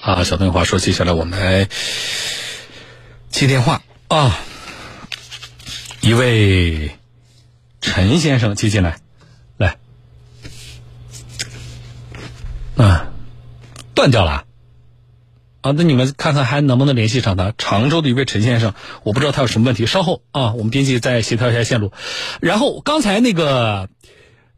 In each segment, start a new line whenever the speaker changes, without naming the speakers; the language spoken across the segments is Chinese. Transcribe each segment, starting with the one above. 啊，小邓话说，接下来我们来接电话啊、一位陈先生接进来，来，啊，断掉了啊。啊，那你们看看还能不能联系上他？常州的一位陈先生，我不知道他有什么问题。稍后啊，我们编辑再协调一下线路。然后刚才那个，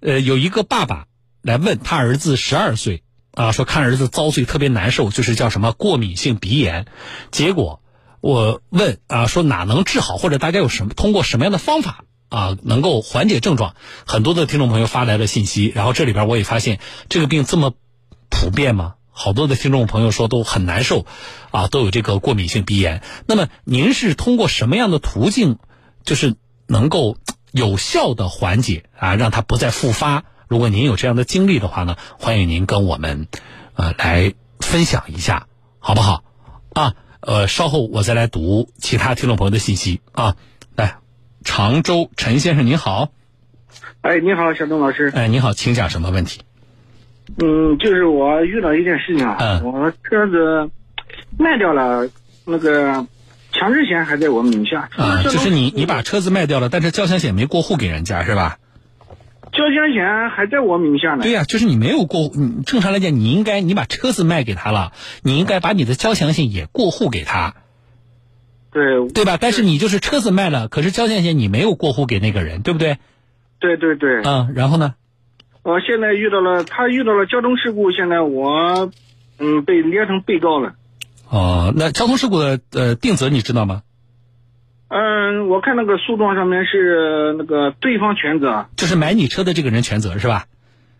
呃，有一个爸爸来问他儿子十二岁啊，说看儿子遭罪特别难受，就是叫什么过敏性鼻炎。结果我问啊，说哪能治好，或者大家有什么通过什么样的方法啊，能够缓解症状？很多的听众朋友发来了信息，然后这里边我也发现这个病这么普遍吗？好多的听众朋友说都很难受，啊，都有这个过敏性鼻炎。那么您是通过什么样的途径，就是能够嘖有效的缓解啊，让它不再复发？如果您有这样的经历的话呢，欢迎您跟我们，呃，来分享一下，好不好？啊，呃，稍后我再来读其他听众朋友的信息啊。来，常州陈先生您好，
哎，你好，小东老师。
哎，你好，请讲什么问题？
嗯，就是我遇到一件事情啊，
嗯
我车子卖掉了，那个强制险还在我名下。
啊，
这
就
东
是你你把车子卖掉了，但是交强险没过户给人家是吧？
交强险还在我名下呢。
对呀、就是你没有过，你正常来讲，你应该你把车子卖给他了，你应该把你的交强险也过户给他，
对
对吧？但是你就是车子卖了，可是交强险你没有过户给那个人，对不对？
对对对，
嗯，然后呢？
我现在遇到了他遇到了交通事故，现在我嗯被列成被告了。
哦，那交通事故的呃定责你知道吗？
嗯，我看那个诉状上面是那个对方全责，
就是买你车的这个人全责是吧？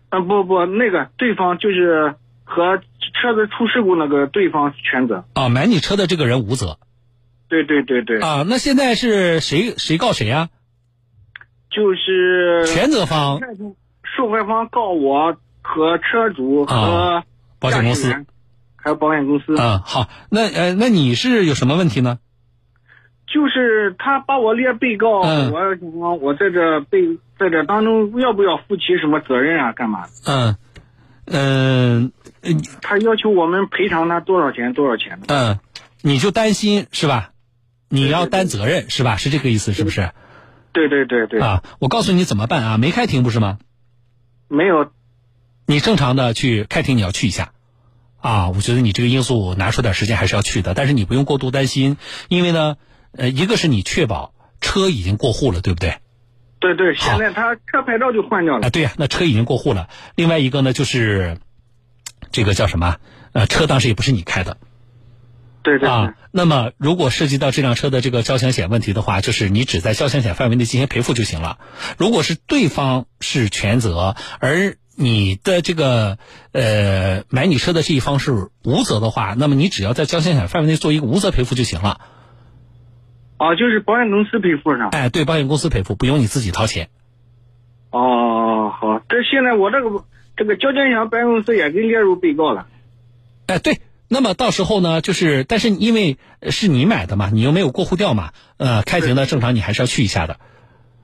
嗯不不，那个对方就是和车子出事故那个对方全责。
啊、买你车的这个人无责
对对对对，
啊、那现在是谁谁告谁啊？
就是
全责方
受害方告我和车主和
保险公司啊、，
还有保险公司，
好，那呃，那你是有什么问题呢？
就是他把我列被告，
嗯
我想我在这被在这当中要不要负起什么责任啊？干嘛？
嗯嗯、
他要求我们赔偿他多少钱？多少钱？
嗯，你就担心是吧？你要担责任是吧？是这个意思是不是？
对对对对，
啊，我告诉你怎么办啊？没开庭不是吗？
没有，
你正常的去开庭，你要去一下。啊，我觉得你这个因素拿出点时间还是要去的，但是你不用过度担心，因为呢，呃，一个是你确保车已经过户了，对不对？
对对，
好
现在他车牌照就换掉了
啊，，对呀、那车已经过户了。另外一个呢，就是这个叫什么？呃，车当时也不是你开的，
对对对
啊，那么如果涉及到这辆车的这个交强险问题的话，就是你只在交强险范围内进行赔付就行了。如果是对方是全责，而你的这个呃买你车的这一方是无责的话，那么你只要在交强险范围内做一个无责赔付就行了。
啊，就是保险公司赔付上。
哎，对保险公司赔付，不用你自己掏钱。
哦，好，这现在我这个这个交强险保险公司也给列入被告了。
哎，对。那么到时候呢，就是但是因为呃是你买的嘛，你又没有过户掉嘛，呃，开庭呢正常你还是要去一下的。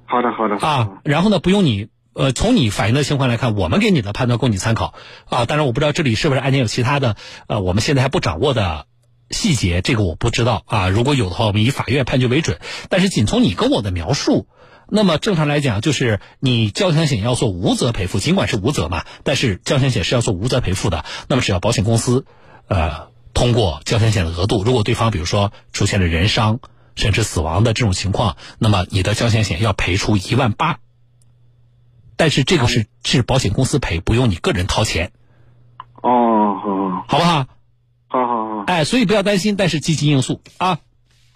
好的，好的，好的
啊，然后呢，不用你呃，从你反映的情况来看，我们给你的判断供你参考啊。当然，我不知道这里是不是案件有其他的呃，我们现在还不掌握的细节，这个我不知道啊。如果有的话，我们以法院判决为准。但是仅从你跟我的描述。那么正常来讲，就是你交强险要做无责赔付，尽管是无责嘛，但是交强险是要做无责赔付的。那么只要保险公司，呃，通过交强险的额度，如果对方比如说出现了人伤甚至死亡的这种情况，那么你的交强险要赔出一万八。但是这个是是保险公司赔，不用你个人掏钱，
哦，好。
好不好？
好好好，
哎，所以不要担心，但是积极应诉啊！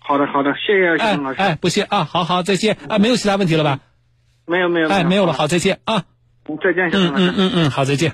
好的好的，谢谢小
哎
邓老师。
哎，不谢啊，好好再见啊，没有其他问题了吧？
没有没有，
哎哎，没有了，好，再见啊！
再见，小
嗯
邓老师。
嗯嗯嗯，好，再见。